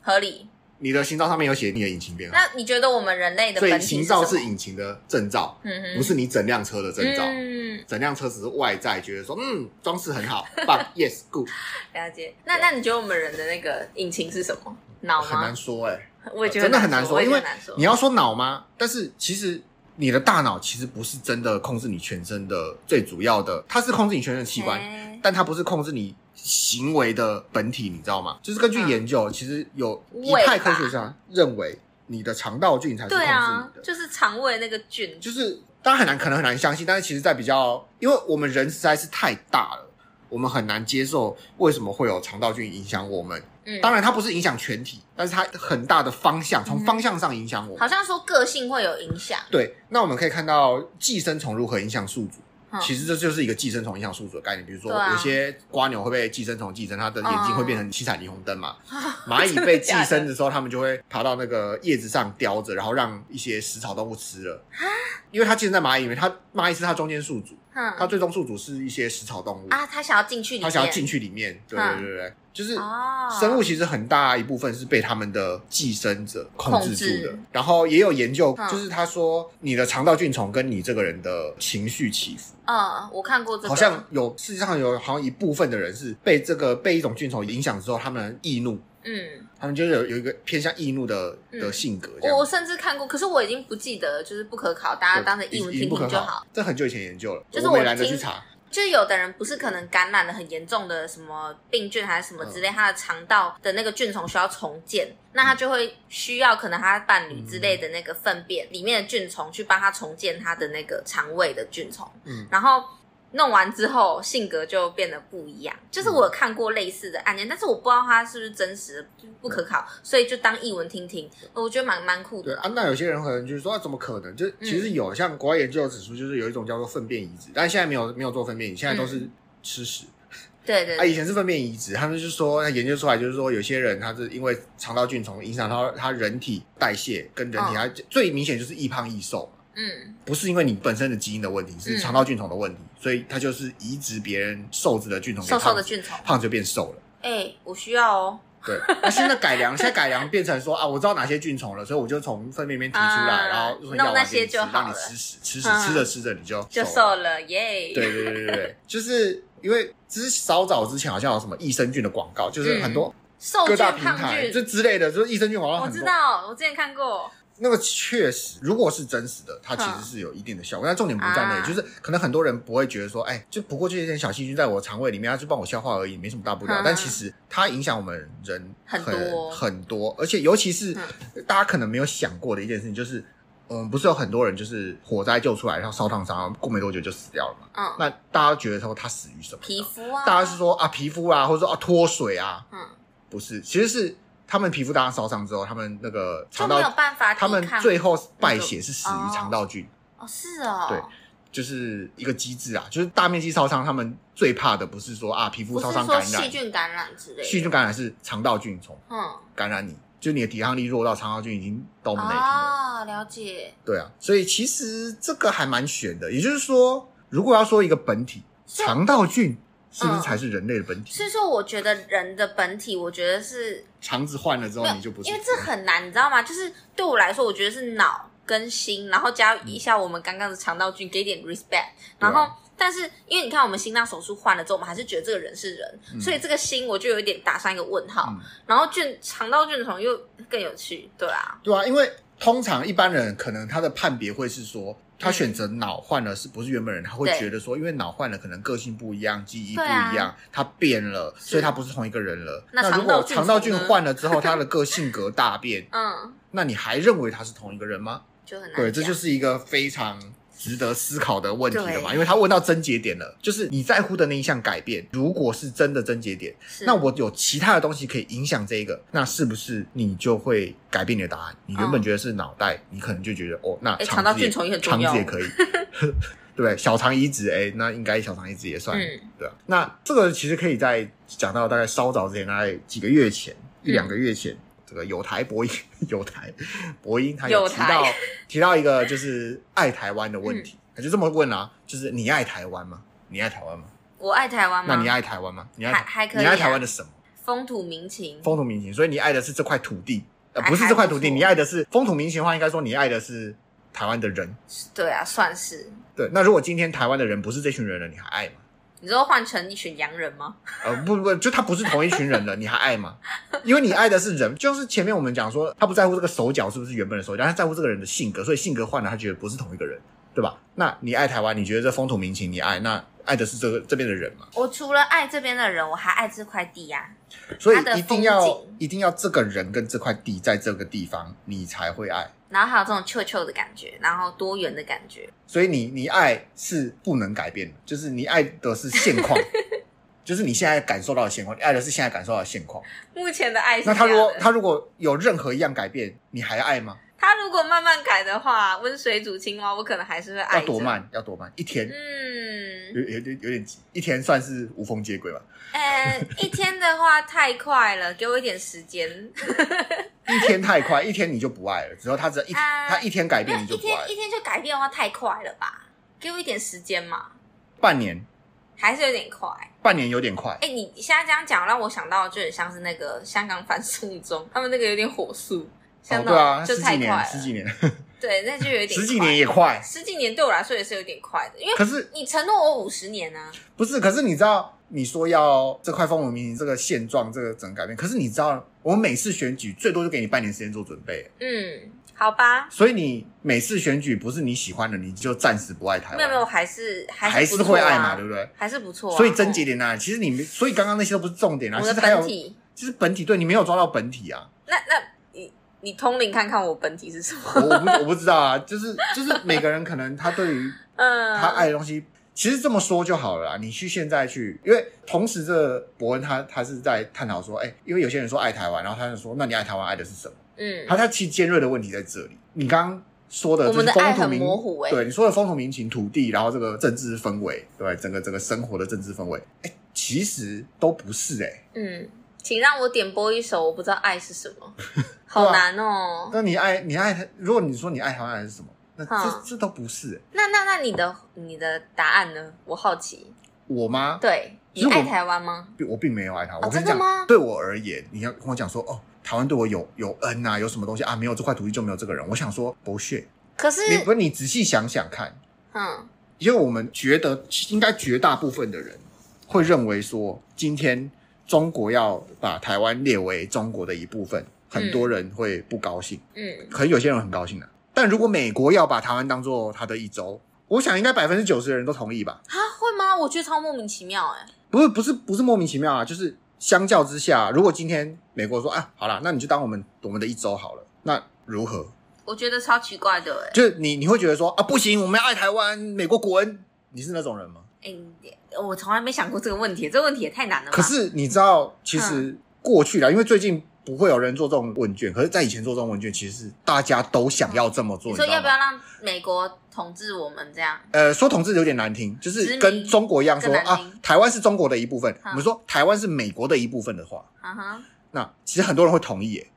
合理。
你的行照上面有写你的引擎编号，
那你觉得我们人类的
啊所以
本体
行
是什
照
么？
是引擎的证照，
嗯哼，
不是你整辆车的证照。
嗯，
整辆车只是外在，觉得说嗯装饰很 好，but yes good，
了解。那那你觉得我们人的那个引擎是什么？脑
啊很
吗
难？说哎、
我也觉得
真的很难
说，
因
我
为
也觉得难说
你要说脑吗？但是其实你的大脑其实不是真的控制你全身的最主要的，它是控制你全身的器官，
哎
但它不是控制你行为的本体，你知道吗？就是根
嗯
据研究，其实有一
胃
派
吧
科学家认为你的肠道菌才是控
对
制
啊
你，的，
就是肠胃那个菌，
就是大家很难可能很难相信，但是其实，在比较，因为我们人实在是太大了。我们很难接受为什么会有肠道菌影响我们。
嗯，
当然，它不是影响全体，但是它很大的方向，从
嗯
方向上影响我们。
好像说个性会有影响。
对，那我们可以看到寄生虫如何影响宿主。
嗯
其实这就是一个寄生虫影响宿主的概念，比如说
对啊
有些瓜牛会被寄生虫寄生，它的眼睛
嗯
会变成七彩霓虹灯嘛。 蚂蚁被寄生的时候，它们就会爬到那个叶子上叼着，然后让一些食草动物吃了。
啊
因为它寄生在蚂蚁里面，它蚂蚁是它中间宿主，它
嗯
最终宿主是一些食草动物，
啊，他想要进去里面，
它想要进去里面。对对
嗯
对对，就是
哦，
生物其实很大一部分是被他们的寄生者控制住
控
的
制。
然后也有研究
嗯，
就是他说你的肠道菌虫跟你这个人的情绪起伏，
嗯，我看过这个，
好像有世界上有好像一部分的人是被这个被一种菌虫影响之后，他们易怒，
嗯，
他们就是有有一个偏向易怒的的
嗯
性格这
我我
样。
甚至看过，可是我已经不记得，就是不可考，大家当成
已
译文
已
听
不可
听就
考
好。，
这很久以前研究了，
就是
我
我
没懒得
听
去查。
就是有的人不是可能感染了很严重的什么病菌还是什么之类，他的肠道的那个菌虫需要重建，那他就会需要可能他伴侣之类的那个粪便里面的菌虫去帮他重建他的那个肠胃的菌虫，
嗯
然后弄完之后性格就变得不一样。就是我有看过类似的案件，但是我不知道它是不是真实的，不可考，所以就当译文听听，我觉得蛮蛮酷
对
的。
啊，那有些人可能就是说、啊、怎么可能？就
嗯
其实有、像国外研究指出，就是有一种叫做粪便移植，但现在没有没有做粪便移植，现在都
嗯
是吃屎。
对对
啊，
对，
以前是粪便移植，他们就说他研究出来，就是说有些人他是因为肠道菌虫影响到他人体代谢跟人体，
嗯
他、最明显就是易胖易瘦嘛，
嗯
不是因为你本身的基因的问题，是
嗯
肠道菌虫的问题，所以他就是移植别人瘦子的菌虫给
瘦
胖
瘦
子，
的菌虫，
胖子就变瘦了。
哎、我需要哦。
对，那现在 改良，现在改良变成说啊，我知道哪些菌虫了，所以我就从粪便里面提出来，
啊
然后用
弄
药
那
丸给
些
你吃，
就好
让你
了
吃屎，吃屎
嗯
吃着吃着你就
就
瘦
瘦
了。
了耶！
对对对对对，就是因为之稍早之前好像有什么益生菌的广告，就是很多
瘦
各
菌
大平
胖
台
哦菌，
这之类的，就是益生菌广告
我
很
知
多。
道，我之前看过，
那个确实，如果是真实的，它其实是有一定的效果。但重点不在那
嗯啊
里，就是可能很多人不会觉得说，哎，就不过就一点小细菌在我肠胃里面，它就帮我消化而已，没什么大不了
嗯。
但其实它影响我们人
很
很
多嗯
很多，而且尤其是大家可能没有想过的一件事情，就是我们不是有很多人就是火灾救出来，然后烧烫伤，然后过没多久就死掉了嘛？
嗯，
那大家觉得说他死于什么呢？
皮肤啊，
大家是说啊皮肤啊，或者说啊脱水啊，
嗯，
不是，其实是他们皮肤大家烧伤之后，他们那个
就
肠
没有
道，
办法抵
他
抗，
们最后败血是死于肠道菌，
哦是哦，
对就是一个机制啊，就是大面积烧伤，他们最怕的不是说啊皮肤
不
烧
是
伤
说
感
细
染，
菌感染之类的，
细菌感染是肠道菌虫
嗯，
感染你，就你的抵抗力弱到肠道菌已经到我们那一了。
哦，了解，
对啊，所以其实这个还蛮悬的。也就是说，如果要说一个本体，
是
肠道菌是不
嗯
是才是人类的本体？
所以说我觉得人的本体，我觉得是
肠子换了之后
没，有
你就不是
因为这很难，你知道吗？就是对我来说，我觉得是脑跟心，然后加一下我们刚刚的肠道菌，给点 respect。然
啊
后，但是因为你看我们心脏手术换了之后，我们还是觉得这个人是人，
嗯
所以这个心我就有一点打上一个问号。
嗯
然后菌肠道菌虫又更有趣，对啊，
对啊，因为通常一般人可能他的判别会是说，他选择脑换了是不是原本人？他会
对
觉得说，因为脑换了，可能个性不一样，记忆不
对
一
啊
样，他变了，
是
所以他不是同一个人了。
那
如果
肠
肠
道
道
菌
菌
呢，
换了之后，他的个性格大变
嗯，
那你还认为他是同一个人吗？
就很难
对，这
讲
就是一了非常值得思考的问题了嘛，
对
因为他问到症结点了，就是你在乎的那一项改变，如果是真的症结点，
是嗯
那我有其他的东西可以影响这一个，那是不是你就会改变你的答案？你原本觉得是脑袋，你可能就觉得哦，那
哦诶
肠
肠道
子也
菌虫也很重
肠
要
子也可以。 对不对，小肠移植，哎，那应该小肠移植也算，
嗯
对啊。那这个其实可以在讲到大概稍早之前，大概几个月前，一
嗯
两个月前，这个有台博音， 有台博音，他
有
有提
台嗯
到提到一个就是爱台湾的问题，他就这么问啦、就是你爱台湾吗？你爱台湾吗？
我爱台湾吗？
那你啊爱台湾吗？你爱
啊还
台
还可以啊
你爱台湾的什么？
风土民情，
风土民情，所以你爱的是这块土地，呃，
还
不是这块土
还
地，
不错
你爱的是风土民情的话，应该说你爱的是台湾的人。
对啊，算是。
对，那如果今天台湾的人不是这群人了，你还爱吗？
你说换成一群洋人吗？
呃，不不，就他不是同一群人了，你还 爱吗？因为你爱的是人，就是前面我们讲说，他不在乎这个手脚是不是原本的手脚，他在乎这个人的性格，所以性格换了，他觉得不是同一个人，对吧？那你爱台湾，你觉得这风土民情你爱，那爱的是这个这边的人嘛？
我除了爱这边的人，我还爱这块地啊呀、
所以
他的
一定
风
要
景
一定要这个人跟这块地在这个地方，你才会爱。
然后还有这种臭臭的感觉，然后多元的感觉，
所以你你爱是不能改变的，就是你爱的是 现况，就是你现在感受到的现况，你爱的是现在感受到的现况。
目前的爱是
那他
这
如
样
果
的
他如果有任何一样改变，你还爱吗？
他如果慢慢改的话，温水煮青蛙，我可能还是会爱
要
着
多？慢？要多慢？一天有
嗯，
有点有点急，一天算是无缝接轨吧。
呃，一天的话太快了，给我一点时间。
一天太 快，一天你就不爱了。只要他只要一、
啊
他一天改
没有
变，你
一
就不
天
爱
一
了。
天就改变的话太快了吧？给我一点时间嘛，
半年，
还是有点快。
半年有点快。
哎、你现在这样讲，让我想到就很像是那个香港反送中，他们那个有点火速，
哦，
像那
对啊，
种就
十
太
几
快了，
年，十几年，
对，那就有点
十几
快
年也快。
十几年对我来说也是有点快的，因为
可是
你承诺我五十年啊呢、
不是？可是你知道，你说要这块风土民情、这个现状、这个整个改变，可是你知道，我们每次选举最多就给你半年时间做准备，
嗯，好吧，
所以你每次选举不是你喜欢的，你就暂时不爱台湾，
没有没有，我还是还
还
是
是
不错
会
啊
爱嘛，对不对？
还是不错、啊。
所以症结点啊，其实你没，所以刚刚那些都不是重点
哦
啊，
我
其
的
实还有
本，体，
其实本体对你没有抓到本体啊，
那那你你通灵看看我本体是什么？
我我不我不知道啊，就是就是每个人可能他对于
嗯，
他爱的东西，其实这么说就好了啦。你去现在去，因为同时这伯恩他他是在探讨说，哎、因为有些人说爱台湾，然后他就说，那你爱台湾爱的是什么？
嗯
他他其实尖锐的问题在这里。你刚刚说的
我
就
们
是
的
风
爱
土
很
民
模糊欸
对你说的风土民情、土地，然后这个政治氛围，对整个整个生活的政治氛围，哎、其实都不是哎、
嗯，请让我点播一首，我不知道爱是什 么，
啊
好难哦。
那你爱你爱他，如果你说你爱台湾爱是什么，那
嗯
这这都不是、欸、
那那那你的你的答案呢？我好奇。
我吗？
对你
其实我
爱台湾吗？
并我并没有爱他。
哦
我跟
真
你讲
的吗，
对我而言，你要跟我讲说哦。台湾对我有有恩啊，有什么东西啊？没有这块土地就没有这个人。我想说，不屑。
可是，
你不是你仔细想想看，
嗯
因为我们觉得应该绝大部分的人会认为说，今天中国要把台湾列为中国的一部分，很多人会不高兴，
嗯，
可能有些人很高兴的、啊但如果美国要把台湾当做他的一州，我想应该百分之九十的人都同意吧？
啊，会吗？我觉得超莫名其妙哎、
不是不是不是莫名其妙啊，就是相较之下，如果今天美国说啊，好啦，那你就当我们我们的一州好了，那如何？
我觉得超奇怪的哎、
就是你你会觉得说啊，不行，我们要爱台湾，美国滚，你是那种人吗？
哎、我从来没想过这个问题，这个问题也太难了吧？
可是你知道，其实
啊
过去啦，因为最近不会有人做这种问卷，可是在以前做这种问卷，其实是大家都想要这么做，
你
你
说
知道
要
吗
不要让美国统治我们这样？
呃，说统治有点难听，就
殖
是
民
跟中国一样
更
说
难
啊
听，
台湾是中国的一部分。
嗯
我们说台湾是美国的一部分的话，
啊哈，
那其实很多人会同意耶。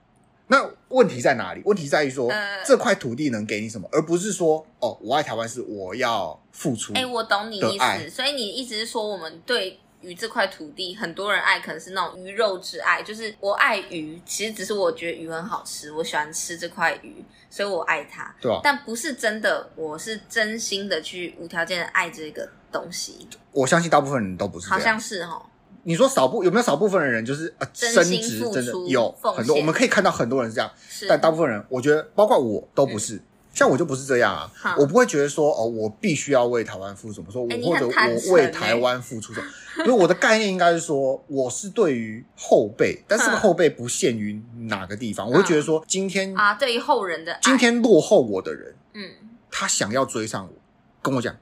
那问题在哪里？问题在于说、
呃
这块土地能给你什么，而不是说哦，我爱台湾是我要付出。
哎、我懂你
嗯的
意
爱
思，所以你一直说我们对于这块土地，很多人爱可能是那种鱼肉之爱，就是我爱鱼，其实只是我觉得鱼很好吃，我喜欢吃这块鱼，所以我爱它，
对啊吧？
但不是真的，我是真心的去无条件的爱这个东西，
我相信大部分人都不是这
好
样。
像是哦，
你说少部有没有少部分的人就是啊，
真
升
心
职
付
真的
出
有
奉
很多，我
献
们可以看到很多人是这样，
是，嗯
但大部分人我觉得包括我都不是。像我就不是这样啊
好，
我不会觉得说哦，我必须要为台湾付出什么，说我
嗯哎你
或
很
者
坦诚
我为
欸
台湾付出什么，因为我的概念应该是说，我是对于后辈，但是这个
嗯
后辈不限于哪个地方，我会觉得说，今天
啊，对于后人的爱，
今天落后我的人，
嗯，
他想要追上我，跟我讲，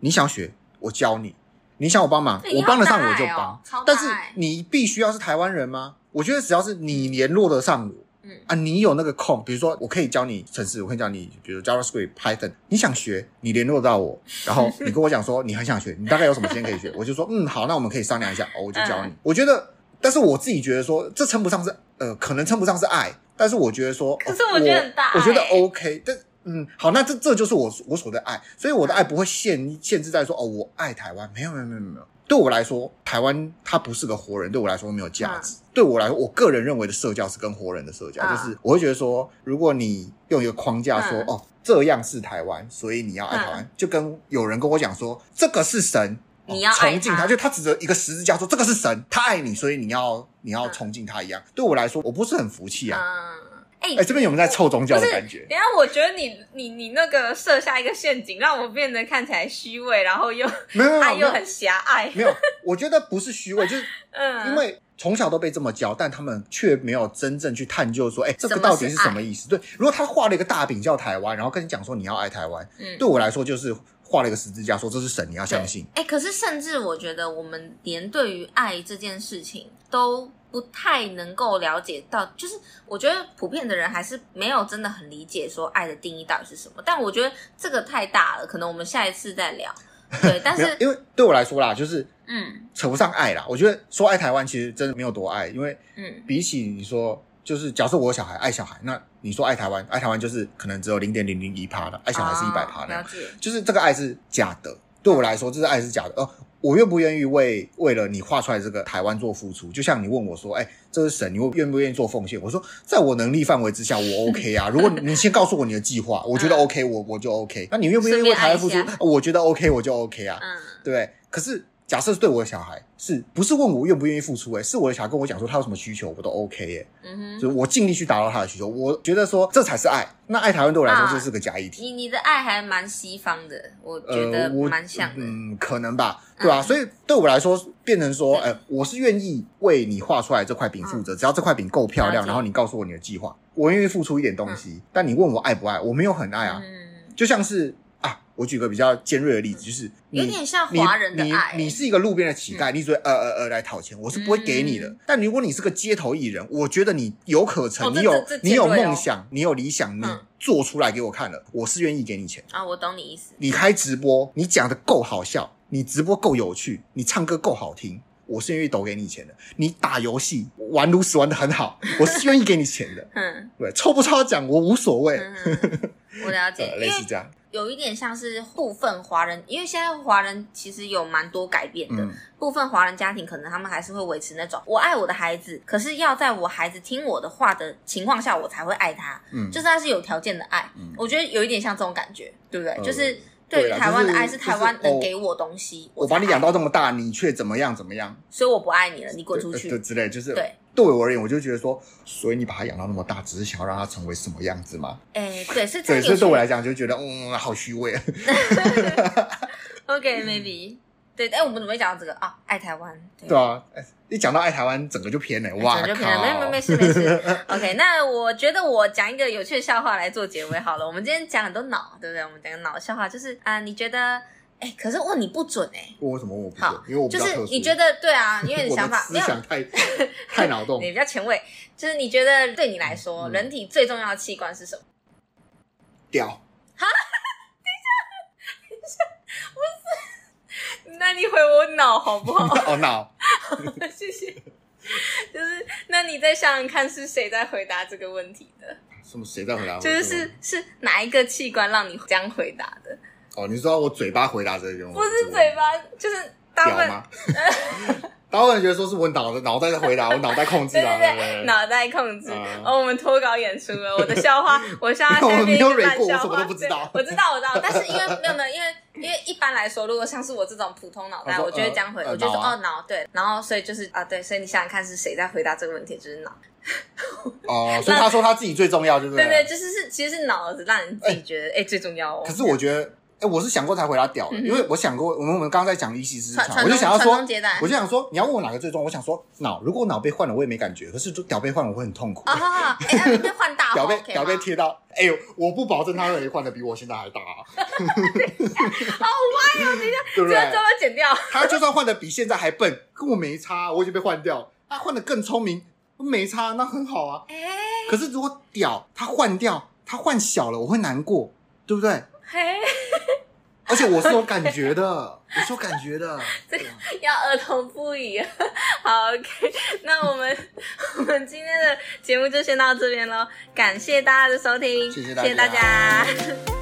你想学，我教你；你想我帮忙
对，
我
你
帮得上
好大
我就
爱哦
帮。
超大
但是
爱
你必须要是台湾人吗？我觉得只要是你联络得上我，
嗯
啊，你有那个空，比如说我可以教你程式，我可以教你，比如 JavaScript、Python，你想学，你联络 到我，然后你跟我讲说你很想学，你大概有什么时间可以学，我就说嗯好，那我们可以商量一下，哦，我就
嗯
教你。我觉得，但是我自己觉得说这称不上是呃，可能称不上是爱，但是我觉得说，
可是
哦
我觉得很大欸
我觉得
爱
OK，但。嗯，好，那这这就是我我所谓的爱，所以我的爱不会限限制在说哦，我爱台湾，没有没有没有没有，对我来说，台湾它不是个活人，对我来说没有价值。对我来说，我个人认为的社交是跟活人的社交，
嗯
就是我会觉得说，如果你用一个框架说、
嗯
哦，这样是台湾，所以你要爱台湾，就跟有人跟我讲说这个是神。哦
你要爱
崇敬
他
就他指着一个十字架说：“这个是神，他爱你，所以你要你要崇敬他一样。对我来说，我不是很服气啊。
嗯，哎、
哎、这边有没有在凑宗教的感觉？
等一下，我觉得你你你那个设下一个陷阱，让我变得看起来虚伪，然后又
没有没有
爱
没有
又很狭隘。
没有，我觉得不是虚伪，就是
嗯，
因为从小都被这么教，但他们却没有真正去探究说，哎、这个到底是什么意思？对，如果他画了一个大饼叫台湾，然后跟你讲说你要爱台湾，
嗯
对我来说就是画了一个十字架，说这是神，啊你要相信。
哎、可是甚至我觉得我们连对于爱这件事情都不太能够了解到，就是我觉得普遍的人还是没有真的很理解说爱的定义到底是什么。但我觉得这个太大了，可能我们下一次再聊。对，但
没有
是，
因为对我来说啦，就是
嗯
扯不上爱啦。我觉得说爱台湾其实真的没有多爱，因为
嗯
比起你说，就是假设我有小孩爱小孩，那你说爱台湾，爱台湾就是可能只有零点零零一趴的，爱小孩是一百趴
哦
那样
了。解。
就是这个爱是假的，对我来说，这是爱是假的。哦、我愿不愿意为为了你画出来这个台湾做付出？就像你问我说，哎、这是神，你会愿不愿意做奉献？我说，在我能力范围之下，我 OK 啊。如果你你先告诉我你的计划，我觉得 OK，我我就 OK。那你愿不愿意为台湾付出
嗯
哦
顺便爱一？
我觉得 OK，我就 OK 啊，
嗯，
对不对？可是假设是对我的小孩，是不是问我愿不愿意付出、哎，是我的小孩跟我讲说他有什么需求，我都 OK 耶、
嗯哼，
就是我尽力去达到他的需求。我觉得说这才是爱。那爱台湾对我来说
啊
就是个假议题。
你你的爱还蛮西方的，我觉得
呃我
蛮像的。嗯
嗯，可能吧，对吧、所以对我来说，变成说，
对嗯
呃，我是愿意为你画出来这块饼负责，只要这块饼够漂
了
亮，
解
然后你告诉我你的计划，我愿意付出一点东西。但你问我爱不爱，我没有很爱啊，
嗯，
就像是啊，我举个比较尖锐的例子，就是
有
你。
点像
你
华人的
你
爱、
你是一个路边的乞丐，你只会呃呃呃来讨钱，我是不会给你的。
嗯
但如果你是个街头艺人，我觉得你有可成，
哦这
你有
这这
你有
尖锐哦
梦想，你有理想，你
嗯
做出来给我看了，我是愿意给你钱的。
啊，我懂你意思。。
你开直播，你讲的够好笑，你直播够有趣，你唱歌够好听，我是愿意抖给你钱的。你打游戏玩炉石玩的很好，我是愿意给你钱的
嗯，
对，抽不抽奖我无所谓，
嗯 嗯我了解
呃，，类
因
似
为
这样。
有一点像是部分华人，因为现在华人其实有蛮多改变的。
嗯，
部分华人家庭可能他们还是会维持那种我爱我的孩子，可是要在我孩子听我的话的情况下，我才会爱他，
嗯
就是他是有条件的爱。
嗯
我觉得有一点像这种感觉，对不对？
呃
就是对
对
于
啦
台湾的
就是哦
爱是台湾能给我东西，
我
才
把你养
爱
到这么大，你却怎么样怎么样，
所以我不爱你了，你滚出
对呃
去
对。之类，就是
对。
对我而言，我就觉得说，所以你把它养到那么大，只是想要让它成为什么样子吗？
哎，对，是这
对，
样有
所以对
趣
我来讲就觉得，嗯，好虚伪。
OK，maybe。对，哎，我们怎么会讲到这个啊？爱台湾，对
对啊，哎一讲到爱台湾，整个就偏了，哇
整就偏了，没没
靠！
没事没事。OK，那我觉得我讲一个有趣的笑话来做结尾好了。我们今天讲很多脑，对不对？我们讲个脑的笑话，就是啊、你觉得，哎，可是问你不准哎、
我为什么我不是
好？
因为我比
就
较特
是
殊。
你觉得对啊，因为你
我的
想法
思
没有，
想太太脑洞
你？比较前卫。就是你觉得对你来说，
嗯
人体最重要的器官是什么？
屌，
那你回我脑好不好？
哦脑，
谢谢。就是，那你再想想看是谁在回答这个问题的？
啊什么谁在回答我？
就是是是哪一个器官让你这样回答的？
哦，你说我嘴巴回答这个问题，
不是嘴巴，就是大部
屌
分
吗？大部分人觉得说是我脑子脑袋在回答，我脑袋控制
对
啊，
对
对
对， 脑袋控制。
啊
哦，我们脱稿演出了，我的笑 话，我笑话
因为我
下面
们没
一个
有 review
烂
过
笑
我什
话，
么都不知道
对我知道，我知道，但是因 为没有没有，因为因为一般来说，如果像是我这种普通脑袋，
他说
我就会这样回，
呃
我就说
脑啊
哦脑对，然后所以就是啊对，所以你想想看是谁在回答这个问题，就是脑，
哦，所以他说他自己最重要，对啊不
对对，？就是是其实是脑子让你自己觉得哎最重要哦。
可是我觉得，哎，我是想过才回答屌的，
嗯哼
因为我想过，我们我们刚刚在讲一席之
传
长，
传
我就
宗
想要
传
说
宗。接代
我就想说，你要问我哪个最重要？我想说脑，如果脑被换了，我也没感觉；可是就屌被换，我会很痛苦。
啊，哎，那你被换大
屌
号
被
OK
屌被
吗？
贴到，哎呦，我不保证他会换的比我现在还大啊，
哦哇哟，等一下，
对
这
不对
个？要剪掉。
他就算换的比现在还笨，跟我没差，啊我已经被换掉。他换的更聪明，没差，那很好啊。
哎
可是如果屌他换掉，他换小了，我会难过，对不对？
嘿，
而且我是有感觉的，我是有感觉的。 啊
这个要儿童不宜。好，OK，那我们我们今天的节目就先到这边喽，感谢大家的收听，
谢谢大家
谢谢大家